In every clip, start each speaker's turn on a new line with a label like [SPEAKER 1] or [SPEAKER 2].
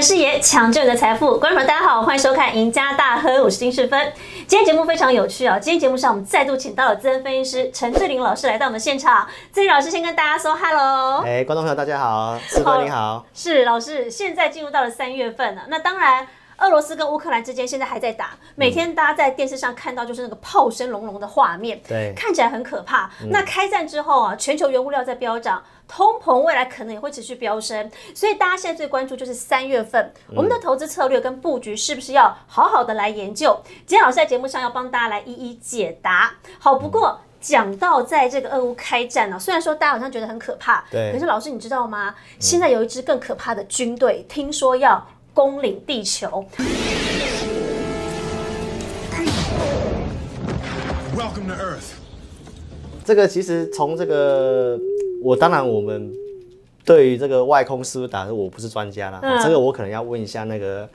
[SPEAKER 1] 视野，抢救你的财富。观众朋友，大家好，欢迎收看《赢家大亨》，我是金世芬。今天节目非常有趣啊！今天节目上我们再度请到了资深分析师陈志玲老师来到我们现场。志玲老师先跟大家说 hello。
[SPEAKER 2] 哎、观众朋友大家 好，师哥你好。
[SPEAKER 1] 是老师，现在进入到了三月份了，那当然。俄罗斯跟乌克兰之间现在还在打，每天大家在电视上看到就是那个炮声隆隆的画面，
[SPEAKER 2] 对，
[SPEAKER 1] 看起来很可怕。那开战之后啊，全球原物料在飙涨，通膨未来可能也会持续飙升，所以大家现在最关注就是三月份我们的投资策略跟布局是不是要好好的来研究？今天老师在节目上要帮大家来一一解答。好，不过。讲到在这个俄乌开战呢、虽然说大家好像觉得很可怕，
[SPEAKER 2] 对
[SPEAKER 1] 可是老师你知道吗？现在有一支更可怕的军队，听说要攻领地球，
[SPEAKER 3] Welcome to Earth.
[SPEAKER 2] 这个其实从这个，我当然我们对于这个外空是不是打，我不是专家啦、
[SPEAKER 1] 嗯
[SPEAKER 2] 这个我可能要问一下那个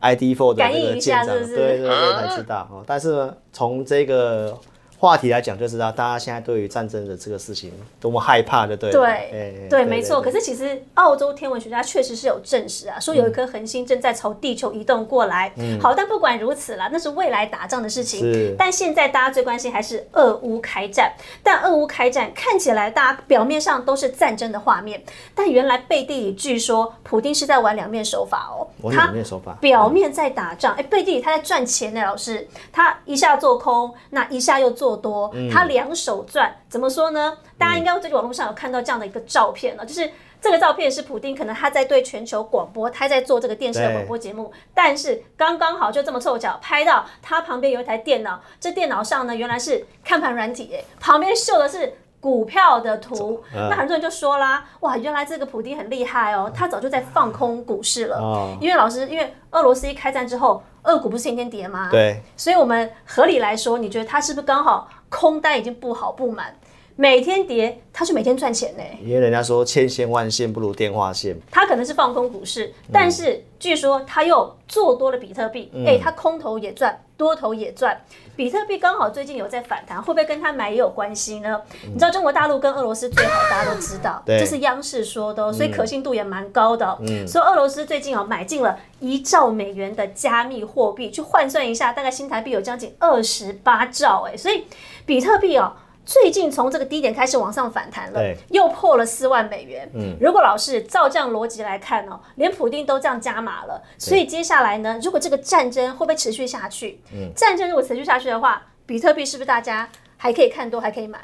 [SPEAKER 2] ID Four 的
[SPEAKER 1] 感
[SPEAKER 2] 那
[SPEAKER 1] 应
[SPEAKER 2] 个
[SPEAKER 1] 一下
[SPEAKER 2] 舰长，
[SPEAKER 1] 是不是
[SPEAKER 2] 对对对才知道哦。但是呢，从这个话题来讲，就知道大家现在对于战争的这个事情多么害怕，就对了。哎
[SPEAKER 1] 对对，没错。可是其实澳洲天文学家确实是有证实啊，说有一颗恒星正在朝地球移动过来。好，但不管如此啦，那是未来打仗的事情
[SPEAKER 2] 是。
[SPEAKER 1] 但现在大家最关心还是俄乌开战。但俄乌开战看起来大家表面上都是战争的画面，但原来背地里据说普丁是在玩两面手法哦。
[SPEAKER 2] 我
[SPEAKER 1] 他
[SPEAKER 2] 两面手法，
[SPEAKER 1] 表面在打
[SPEAKER 2] 嗯
[SPEAKER 1] 仗，哎、背地里他在赚钱呢。老师，他一下做空，那一下又做多，
[SPEAKER 2] 嗯
[SPEAKER 1] 他两手赚。怎么说呢？大家应该最近网络上有看到这样的一个照片
[SPEAKER 2] 嗯
[SPEAKER 1] 了，就是这个照片是普丁，可能他在对全球广播，他在做这个电视的
[SPEAKER 2] 对
[SPEAKER 1] 广播节目，但是刚刚好就这么凑巧拍到他旁边有一台电脑，这电脑上呢原来是看盘软体、哎，旁边秀的是。股票的图，
[SPEAKER 2] 嗯
[SPEAKER 1] 那很多人就说啦，哇，原来这个普丁很厉害哦，他早就在放空股市了。
[SPEAKER 2] 哦
[SPEAKER 1] 因为老师，因为俄罗斯一开战之后，俄股不是天天跌吗？。
[SPEAKER 2] 对
[SPEAKER 1] 所以我们合理来说，你觉得它是不是刚好空单已经布好布满，每天跌，它是每天赚钱呢、
[SPEAKER 2] 对，因为人家说千线万线不如电话线，
[SPEAKER 1] 它可能是放空股市，但是据说它又做多了比特币，哎、它空头也赚，多头也赚。比特币刚好最近有在反弹，会不会跟它买也有关系呢？你知道中国大陆跟俄罗斯最好，大家都知道，
[SPEAKER 2] 对
[SPEAKER 1] 这是央视说的、哦，所以可信度也蛮高的、哦。所以俄罗斯最近哦买进了一兆美元的加密货币，去换算一下，大概新台币有将近二十八兆，哎，所以比特币哦。最近从这个低点开始往上反弹了
[SPEAKER 2] 对，
[SPEAKER 1] 又破了四万美元。嗯，如果老师照这样逻辑来看哦，连普丁都这样加码了，所以接下来呢，如果这个战争会不会持续下去？
[SPEAKER 2] 嗯
[SPEAKER 1] 战争如果持续下去的话，比特币是不是大家还可以看多，还可以买？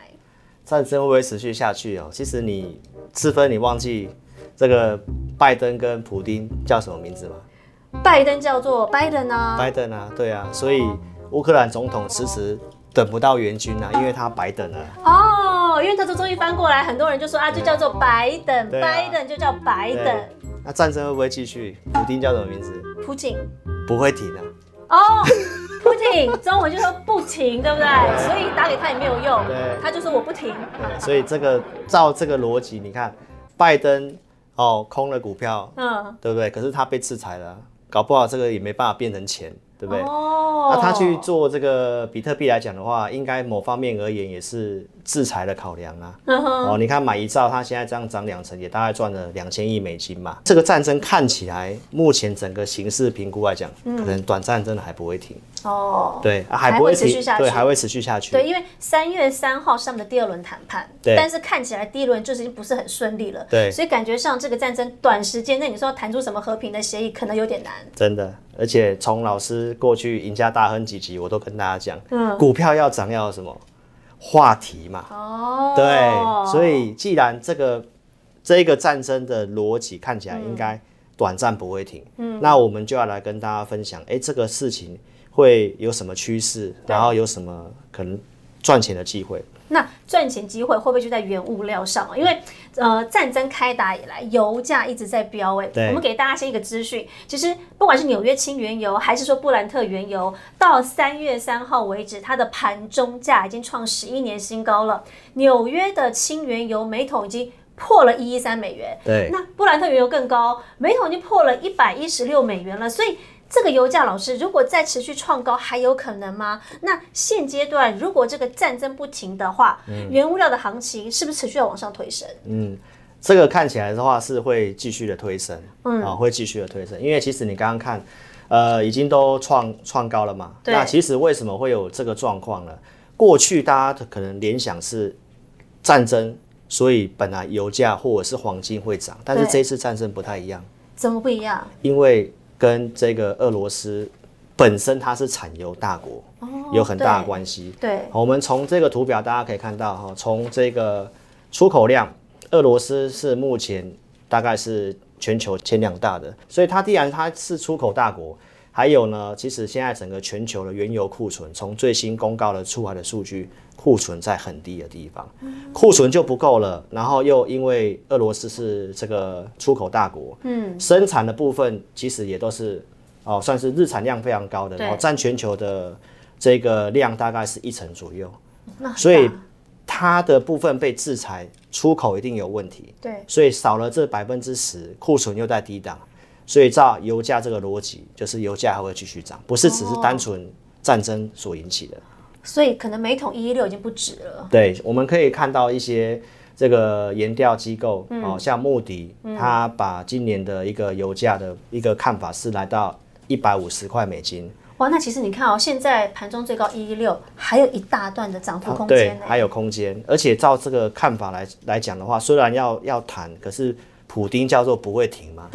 [SPEAKER 2] 战争会不会持续下去哦？其实你四分，你忘记这个拜登跟普丁叫什么名字吗？
[SPEAKER 1] 拜登叫做拜登啊，
[SPEAKER 2] 拜登啊，对啊，所以乌克兰总统迟迟等不到援军啊，因为他白等了。
[SPEAKER 1] 哦，因为他这终于翻过来，很多人就说啊，就叫做白等，
[SPEAKER 2] 对啊
[SPEAKER 1] 拜登就叫白
[SPEAKER 2] 对
[SPEAKER 1] 等，
[SPEAKER 2] 那战争会不会继续？普丁叫什么名字？
[SPEAKER 1] 普京
[SPEAKER 2] 不会停啊。
[SPEAKER 1] 哦。不停，中文就说不停，对不对？所以打给他也没有用
[SPEAKER 2] 对，
[SPEAKER 1] 他就说我不停。
[SPEAKER 2] 对，所以这个照这个逻辑，你看拜登哦空了股票，
[SPEAKER 1] 嗯，
[SPEAKER 2] 对不对？可是他被制裁了啊，搞不好这个也没办法变成钱，对不对？
[SPEAKER 1] 哦，
[SPEAKER 2] 那啊他去做这个比特币来讲的话，应该某方面而言也是制裁的考量啊。
[SPEAKER 1] 嗯哼，
[SPEAKER 2] 哦，你看买一兆，它现在这样涨两成，也大概赚了两千亿美金嘛。这个战争看起来，目前整个形势评估来讲，可能短暂真的还不会停，
[SPEAKER 1] 嗯哦，
[SPEAKER 2] 对，啊、
[SPEAKER 1] 还
[SPEAKER 2] 不
[SPEAKER 1] 会
[SPEAKER 2] 会
[SPEAKER 1] 持
[SPEAKER 2] 停
[SPEAKER 1] 续下，去
[SPEAKER 2] 对，还会持续下去。
[SPEAKER 1] 对，因为三月三号是他们的第二轮谈判，
[SPEAKER 2] 对
[SPEAKER 1] 但是看起来第一轮就是已经不是很顺利了，
[SPEAKER 2] 对
[SPEAKER 1] 所以感觉上这个战争短时间内，你说要谈出什么和平的协议，可能有点难。
[SPEAKER 2] 真的，而且从老师过去赢家大亨几集，我都跟大家讲，
[SPEAKER 1] 嗯
[SPEAKER 2] 股票要涨要有什么话题嘛，
[SPEAKER 1] 哦，
[SPEAKER 2] 对，所以既然这个这个战争的逻辑看起来应
[SPEAKER 1] 嗯
[SPEAKER 2] 该短暂不会停，嗯，那我们就要来跟大家分享，哎、这个事情会有什么趋势，然后有什么可能赚钱的机会。
[SPEAKER 1] 那赚钱机会会不会就在原物料上啊？因为呃，战争开打以来，油价一直在飙哎、
[SPEAKER 2] 对
[SPEAKER 1] 我们给大家先一个资讯，其实不管是纽约轻原油，还是说布兰特原油，到三月三号为止，它的盘中价已经创十一年新高了。纽约的轻原油每桶已经。破了一一三美元，
[SPEAKER 2] 对
[SPEAKER 1] 那布兰特原油更高，每桶已经破了一百一十六美元了，所以。这个油价，老师，如果再持续创高，还有可能吗？那现阶段如果这个战争不停的话，原物料的行情是不是持续要往上推升？
[SPEAKER 2] 嗯，这个看起来的话是会继续的推升，嗯，啊，会继续的推升，因为其实你刚刚看，呃，已经都创创高了嘛，
[SPEAKER 1] 对
[SPEAKER 2] 那其实为什么会有这个状况呢？过去大家可能联想是战争，所以本来油价或者是黄金会涨，但是
[SPEAKER 1] 对
[SPEAKER 2] 这一次战争不太一样，
[SPEAKER 1] 怎么不一样？
[SPEAKER 2] 因为跟这个俄罗斯本身它是产油大国，有很大的
[SPEAKER 1] 哦对
[SPEAKER 2] 关系。
[SPEAKER 1] 对，
[SPEAKER 2] 好我们从这个图表大家可以看到哈，从这个出口量，俄罗斯是目前大概是全球前两大的，所以它既然它是出口大国，还有呢，其实现在整个全球的原油库存，从最新公告的出来的数据，库存在很低的地方，库存就不够了，然后又因为俄罗斯是这个出口大国，嗯，生产的部分其实也都是哦，算是日产量非常高的，
[SPEAKER 1] 对
[SPEAKER 2] 然后占全球的这个量大概是一成左右，
[SPEAKER 1] 那很
[SPEAKER 2] 所以
[SPEAKER 1] 大
[SPEAKER 2] 它的部分被制裁，出口一定有问题，
[SPEAKER 1] 对
[SPEAKER 2] 所以少了这百分之十，库存又在低档，所以照油价这个逻辑，就是油价还会继续涨，不是只是单纯战争所引起的。
[SPEAKER 1] 所以可能每桶一一六已经不止了。
[SPEAKER 2] 对，我们可以看到一些这个研调机构，哦，像穆迪，他把今年的一个油价的一个看法是来到一百五十块美金，
[SPEAKER 1] 哇，那其实你看哦，现在盘中最高一一六，还有一大段的涨幅空
[SPEAKER 2] 对
[SPEAKER 1] 间，呢。
[SPEAKER 2] 还有空间。而且照这个看法来来讲的话，虽然要要谈，可是普丁叫做不会 停嘛，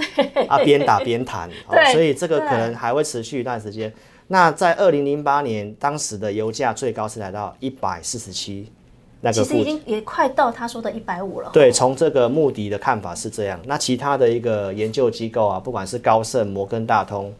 [SPEAKER 2] 啊，边打边谈，哦
[SPEAKER 1] 对，
[SPEAKER 2] 所以这个
[SPEAKER 1] 对
[SPEAKER 2] 可能还会持续一段时间。那在二零零八年，当时的油价最高是来到一百四十七，那
[SPEAKER 1] 其
[SPEAKER 2] 个
[SPEAKER 1] 实已
[SPEAKER 2] 附
[SPEAKER 1] 经也快到他说的一百五了。
[SPEAKER 2] 对，从这个穆迪的看法是这样。那其他的一个研究机构啊，不管是高盛、摩根大通，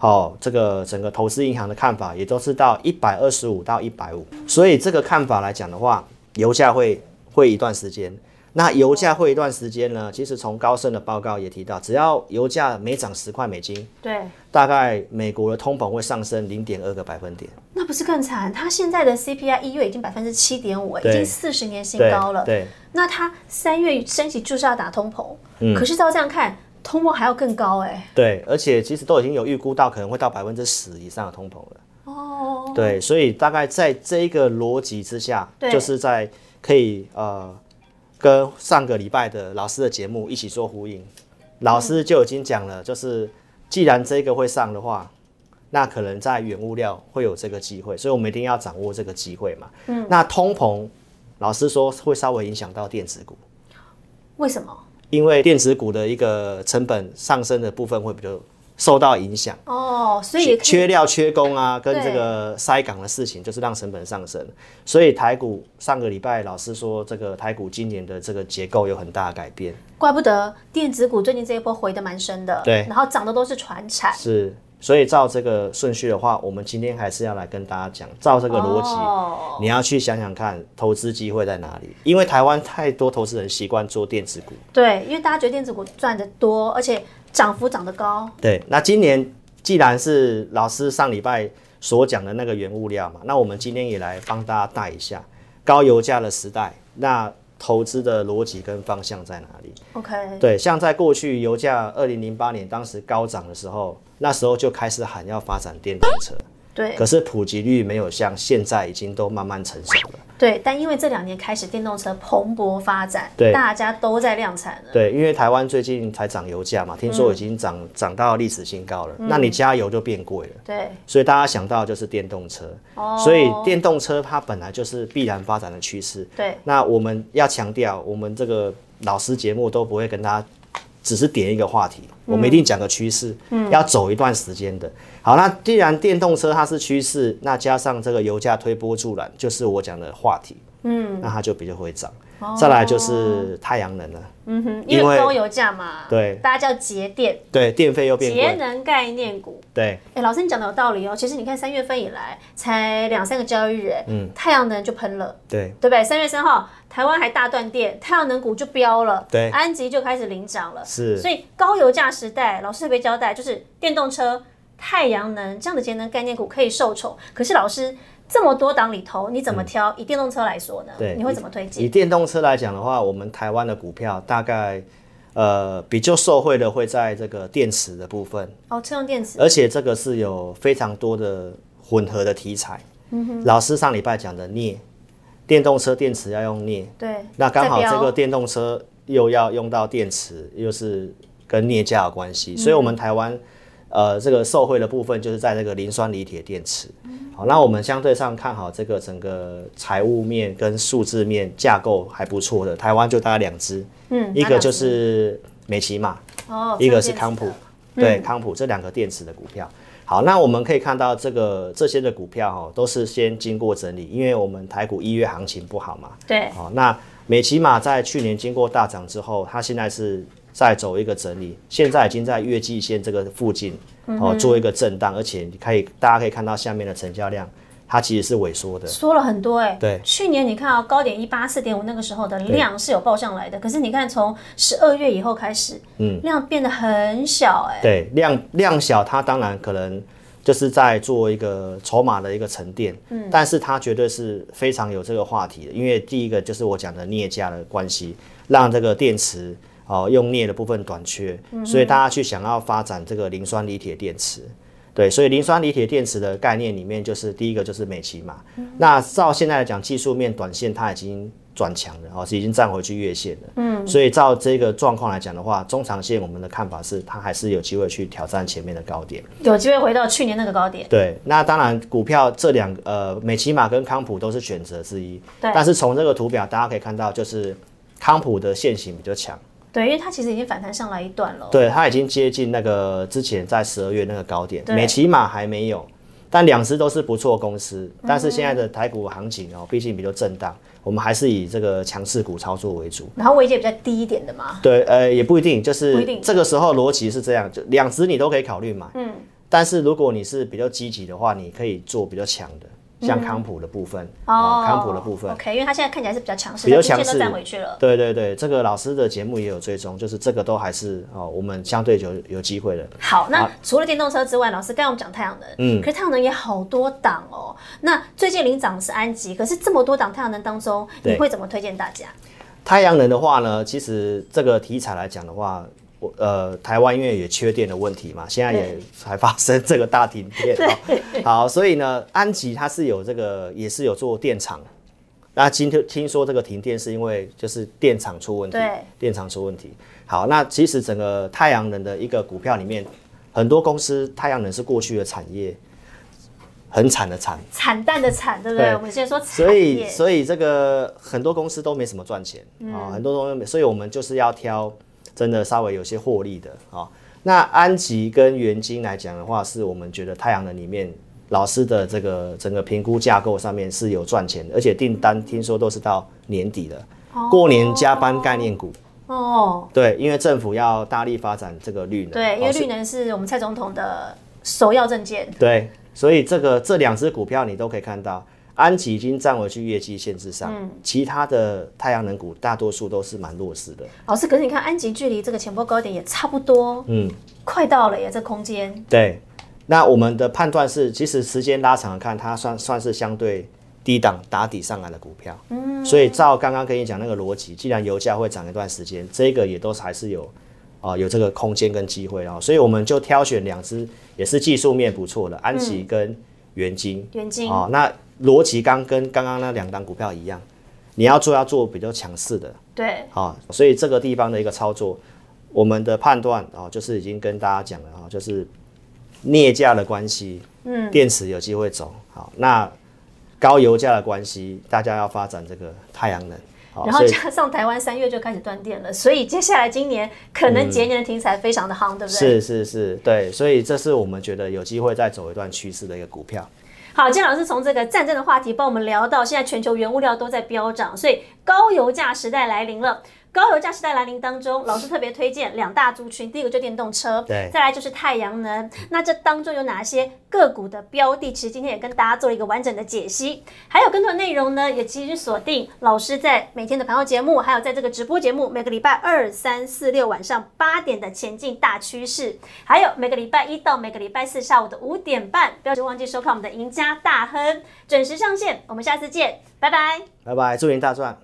[SPEAKER 2] 哦，这个整个投资银行的看法也都是到一百二十五到一百五。所以这个看法来讲的话，油价会会一段时间。那油价会一段时间呢？其实从高盛的报告也提到，只要油价每涨十块美金，
[SPEAKER 1] 对，
[SPEAKER 2] 大概美国的通膨会上升零点二个百分点。
[SPEAKER 1] 那不是更惨？他现在的 CPI 一月已经百分之七点五，已
[SPEAKER 2] 对
[SPEAKER 1] 经四十年新
[SPEAKER 2] 对
[SPEAKER 1] 高了。
[SPEAKER 2] 对，
[SPEAKER 1] 那他三月升息就是要打通膨，
[SPEAKER 2] 嗯
[SPEAKER 1] 可是照这样看，通膨还要更高哎。
[SPEAKER 2] 对，而且其实都已经有预估到可能会到百分之十以上的通膨了。哦，对，所以大概在这一个逻辑之下，
[SPEAKER 1] 对
[SPEAKER 2] 就是在可以呃跟上个礼拜的老师的节目一起做呼应。老师就已经讲了，就是既然这个会上的话，那可能在原物料会有这个机会，所以我们一定要掌握这个机会嘛。嗯，那通膨，老师说会稍微影响到电子股。
[SPEAKER 1] 为什么？
[SPEAKER 2] 因为电子股的一个成本上升的部分会比较受到影响，
[SPEAKER 1] 哦，所以也可以
[SPEAKER 2] 缺料、缺工啊，跟
[SPEAKER 1] 对
[SPEAKER 2] 这个塞港的事情，就是让成本上升。所以台股上个礼拜老师说，这个台股今年的这个结构有很大的改变，
[SPEAKER 1] 怪不得电子股最近这一波回的蛮深的，
[SPEAKER 2] 对
[SPEAKER 1] 然后涨的都是船产。
[SPEAKER 2] 是。所以照这个顺序的话，我们今天还是要来跟大家讲，照这个逻辑，
[SPEAKER 1] 哦
[SPEAKER 2] 你要去想想看投资机会在哪里。因为台湾太多投资人习惯做电子股，
[SPEAKER 1] 对，因为大家觉得电子股赚的多，而且涨幅涨得高，
[SPEAKER 2] 对，那今年既然是老师上礼拜所讲的那个原物料嘛，那我们今天也来帮大家带一下高油价的时代，那投资的逻辑跟方向在哪里？
[SPEAKER 1] OK，
[SPEAKER 2] 对，像在过去油价二零零八年当时高涨的时候，那时候就开始喊要发展电动车，
[SPEAKER 1] 对
[SPEAKER 2] 可是普及率没有像现在已经都慢慢成熟了。
[SPEAKER 1] 对，但因为这两年开始电动车蓬勃发展，
[SPEAKER 2] 对
[SPEAKER 1] 大家都在量产了，
[SPEAKER 2] 对，因为台湾最近才涨油价嘛，听说已经涨涨到历史新高了，那你加油就变贵了。
[SPEAKER 1] 对
[SPEAKER 2] 所以大家想到的就是电动车。
[SPEAKER 1] 哦
[SPEAKER 2] 所以电动车它本来就是必然发展的趋势。
[SPEAKER 1] 对
[SPEAKER 2] 那我们要强调，我们这个老师节目都不会跟大家只是点一个话题，
[SPEAKER 1] 嗯
[SPEAKER 2] 我们一定讲个趋势，要走一段时间的。好，那既然电动车它是趋势，那加上这个油价推波助澜，就是我讲的话题，嗯，那它就比较会涨。
[SPEAKER 1] 哦
[SPEAKER 2] 再来就是太阳能了，
[SPEAKER 1] 嗯因
[SPEAKER 2] 因为
[SPEAKER 1] 为高油价嘛，
[SPEAKER 2] 对
[SPEAKER 1] 大家叫节电，
[SPEAKER 2] 对，电费又变
[SPEAKER 1] 节
[SPEAKER 2] 贵，
[SPEAKER 1] 能概念股。
[SPEAKER 2] 对
[SPEAKER 1] 哎、老师你讲的有道理哦。其实你看三月份以来才两三个交易日，嗯，太阳能就喷了。
[SPEAKER 2] 对
[SPEAKER 1] 对不对？三月三号，台湾还大断电，太阳能股就飙了，
[SPEAKER 2] 对
[SPEAKER 1] 安吉就开始领涨了。
[SPEAKER 2] 是
[SPEAKER 1] 所以高油价时代，老师特别交代，就是电动车、太阳能这样的节能概念股可以受宠。可是老师这么多档里头，你怎么挑？以电动车来说呢？
[SPEAKER 2] 嗯对，
[SPEAKER 1] 你会怎么推
[SPEAKER 2] 以
[SPEAKER 1] 荐？
[SPEAKER 2] 电动车来讲的话，我们台湾的股票大概呃比较受惠的会在这个电池的部分，
[SPEAKER 1] 哦，车用电池，
[SPEAKER 2] 而且这个是有非常多的混合的题材。
[SPEAKER 1] 嗯
[SPEAKER 2] 老师上礼拜讲的镍，电动车电池要用镍，
[SPEAKER 1] 对，
[SPEAKER 2] 那刚好
[SPEAKER 1] 在飙
[SPEAKER 2] 这个电动车又要用到电池，又是跟镍价有关
[SPEAKER 1] 嗯
[SPEAKER 2] 系，所以我们台湾呃这个受惠的部分就是在那个磷酸锂铁电池。好，那我们相对上看好这个整个财务面跟数字面架构还不错的，台湾就大概两只，
[SPEAKER 1] 嗯，
[SPEAKER 2] 一
[SPEAKER 1] 哪
[SPEAKER 2] 个
[SPEAKER 1] 两
[SPEAKER 2] 就
[SPEAKER 1] 只
[SPEAKER 2] 是美骑马，
[SPEAKER 1] 哦，
[SPEAKER 2] 一个是
[SPEAKER 1] 这样
[SPEAKER 2] 康普
[SPEAKER 1] 电池嗯的，
[SPEAKER 2] 对康普这两个电池的股票。好，那我们可以看到这个这些的股票哦，都是先经过整理，因为我们台股一月行情不好嘛。
[SPEAKER 1] 对，
[SPEAKER 2] 好、那美骑马在去年经过大涨之后，它现在是在走一个整理，现在已经在月季线这个附近哦做一个震荡，而且你可以大家可以看到下面的成交量，它其实是萎缩的。
[SPEAKER 1] 缩了很多哎、
[SPEAKER 2] 对
[SPEAKER 1] 去年你看啊，高点一八四点五那个时候的量是有报上来的，可是你看从十二月以后开始，嗯，量变得很小哎、
[SPEAKER 2] 对，量量小，它当然可能就是在做一个筹码的一个沉淀，嗯，但是它绝对是非常有这个话题的，因为第一个就是我讲的镍价的关系，让这个电池哦、用镍的部分短缺，所以大家去想要发展这个磷酸锂铁电池。对，所以磷酸锂铁电池的概念里面，就是第一个就是美琪嘛。那照现在来讲，技术面短线它已经转强了，哦，是已经站回去月线了。嗯，所以照这个状况来讲的话，中长线我们的看法是，它还是有机会去挑战前面的高点。
[SPEAKER 1] 有机会回到去年那个高点，
[SPEAKER 2] 对，那当然股票这两呃美琪玛跟康普都是选择之一。
[SPEAKER 1] 对
[SPEAKER 2] 但是从这个图表大家可以看到，就是康普的线型比较强，
[SPEAKER 1] 对，因为它其实已经反弹上来一段了，
[SPEAKER 2] 对，它已经接近那个之前在十二月那个高点，
[SPEAKER 1] 对
[SPEAKER 2] 美骑马还没有，但两只都是不错公司。
[SPEAKER 1] 嗯
[SPEAKER 2] 但是现在的台股行情哦，毕竟比较震荡，我们还是以这个强势股操作为主。
[SPEAKER 1] 然后位阶比较低一点的嘛，
[SPEAKER 2] 对，呃，也不一定，就
[SPEAKER 1] 不一
[SPEAKER 2] 是
[SPEAKER 1] 定
[SPEAKER 2] 这个时候逻辑是这样，就两只你都可以考虑买。
[SPEAKER 1] 嗯，
[SPEAKER 2] 但是如果你是比较积极的话，你可以做比较强的，像康普的部分，嗯哦，康普的部分。
[SPEAKER 1] ，OK，因为它现在看起来是比较强势，
[SPEAKER 2] 比较
[SPEAKER 1] 但均线
[SPEAKER 2] 强
[SPEAKER 1] 都
[SPEAKER 2] 势
[SPEAKER 1] 站回去了，
[SPEAKER 2] 对对对，这个老师的节目也有追踪，就是这个都还是哦，我们相对有有机会的。
[SPEAKER 1] 好，那
[SPEAKER 2] 好
[SPEAKER 1] 除了电动车之外，老师刚刚我们讲太阳能，
[SPEAKER 2] 嗯
[SPEAKER 1] 可是太阳能也好多档哦。那最近领涨的是安吉，可是这么多档太阳能当中，
[SPEAKER 2] 对
[SPEAKER 1] 你会怎么推荐大家？
[SPEAKER 2] 太阳能的话呢，其实这个题材来讲的话，我呃，台湾因为也缺电的问题嘛，现在也
[SPEAKER 1] 对
[SPEAKER 2] 才发生这个大停 电。哦好，所以呢，安吉它是有这个，也是有做电厂。那今天听说这个停电是因为就是电厂出问题
[SPEAKER 1] 对，
[SPEAKER 2] 电厂出问题。好，那其实整个太阳能的一个股票里面，很多公司太阳能是过去的产业很惨的惨，
[SPEAKER 1] 惨淡的惨，对不对？
[SPEAKER 2] 对
[SPEAKER 1] 我们先说产
[SPEAKER 2] 所以
[SPEAKER 1] 业，
[SPEAKER 2] 所以这个很多公司都没什么赚钱啊、
[SPEAKER 1] 嗯
[SPEAKER 2] 很多东西，所以我们就是要挑真的稍微有些获利的啊、那安吉跟元晶来讲的话，是我们觉得太阳能里面老师的这个整个评估架构上面是有赚钱的，而且订单听说都是到年底了，过年加班概念股。
[SPEAKER 1] 哦，
[SPEAKER 2] 对，因为政府要大力发展这个绿能，
[SPEAKER 1] 对，因为
[SPEAKER 2] 哦所
[SPEAKER 1] 绿
[SPEAKER 2] 以
[SPEAKER 1] 能是我们蔡总统的首要证件，
[SPEAKER 2] 对，所以这个这两只股票你都可以看到，安吉已经站回去月季线之上，其他的太阳能股大多数都是蛮弱势的。
[SPEAKER 1] 老师，可是你看安吉距离这个前波高点也差不多，
[SPEAKER 2] 嗯，
[SPEAKER 1] 快到了耶，这空间
[SPEAKER 2] 对，那我们的判断是，其实时间拉长了看，它算算是相对低档打底上来的股票。嗯，所以照刚刚跟你讲那个逻辑，既然油价会涨一段时间，这个也都还是有。啊、有这个空间跟机会哦，所以我们就挑选两只也是技术面不错的安吉跟元晶，
[SPEAKER 1] 元金、
[SPEAKER 2] 哦，那逻辑刚跟刚刚那两档股票一样，你要做要做比较强势的
[SPEAKER 1] 对，
[SPEAKER 2] 啊、所以这个地方的一个操作，我们的判断啊、就是已经跟大家讲了啊、就是镍价的关系，嗯，电池有机会走好，那高油价的关系，大家要发展这个太阳能，好
[SPEAKER 1] 然后
[SPEAKER 2] 哦所以
[SPEAKER 1] 加上台湾三月就开始断电了，所以接下来今年可能节年的题材非常的夯，对不对？
[SPEAKER 2] 嗯是是是，对，所以这是我们觉得有机会再走一段趋势的一个股票。
[SPEAKER 1] 好，今天老师从这个战争的话题帮我们聊到，现在全球原物料都在飙涨，所以高油价时代来临了。高油价时代来临当中，老师特别推荐两大族群，第一个就电动车，
[SPEAKER 2] 对
[SPEAKER 1] 再来就是太阳能。那这当中有哪些个股的标的？其实今天也跟大家做了一个完整的解析。还有更多的内容呢，也其实锁定老师在每天的盘后节目，还有在这个直播节目，每个礼拜二、三、四、六晚上八点的前进大趋势，还有每个礼拜一到每个礼拜四下午的五点半，不要忘记收看我们的赢家大亨准时上线。我们下次见，拜拜。
[SPEAKER 2] 拜拜，祝您大赚！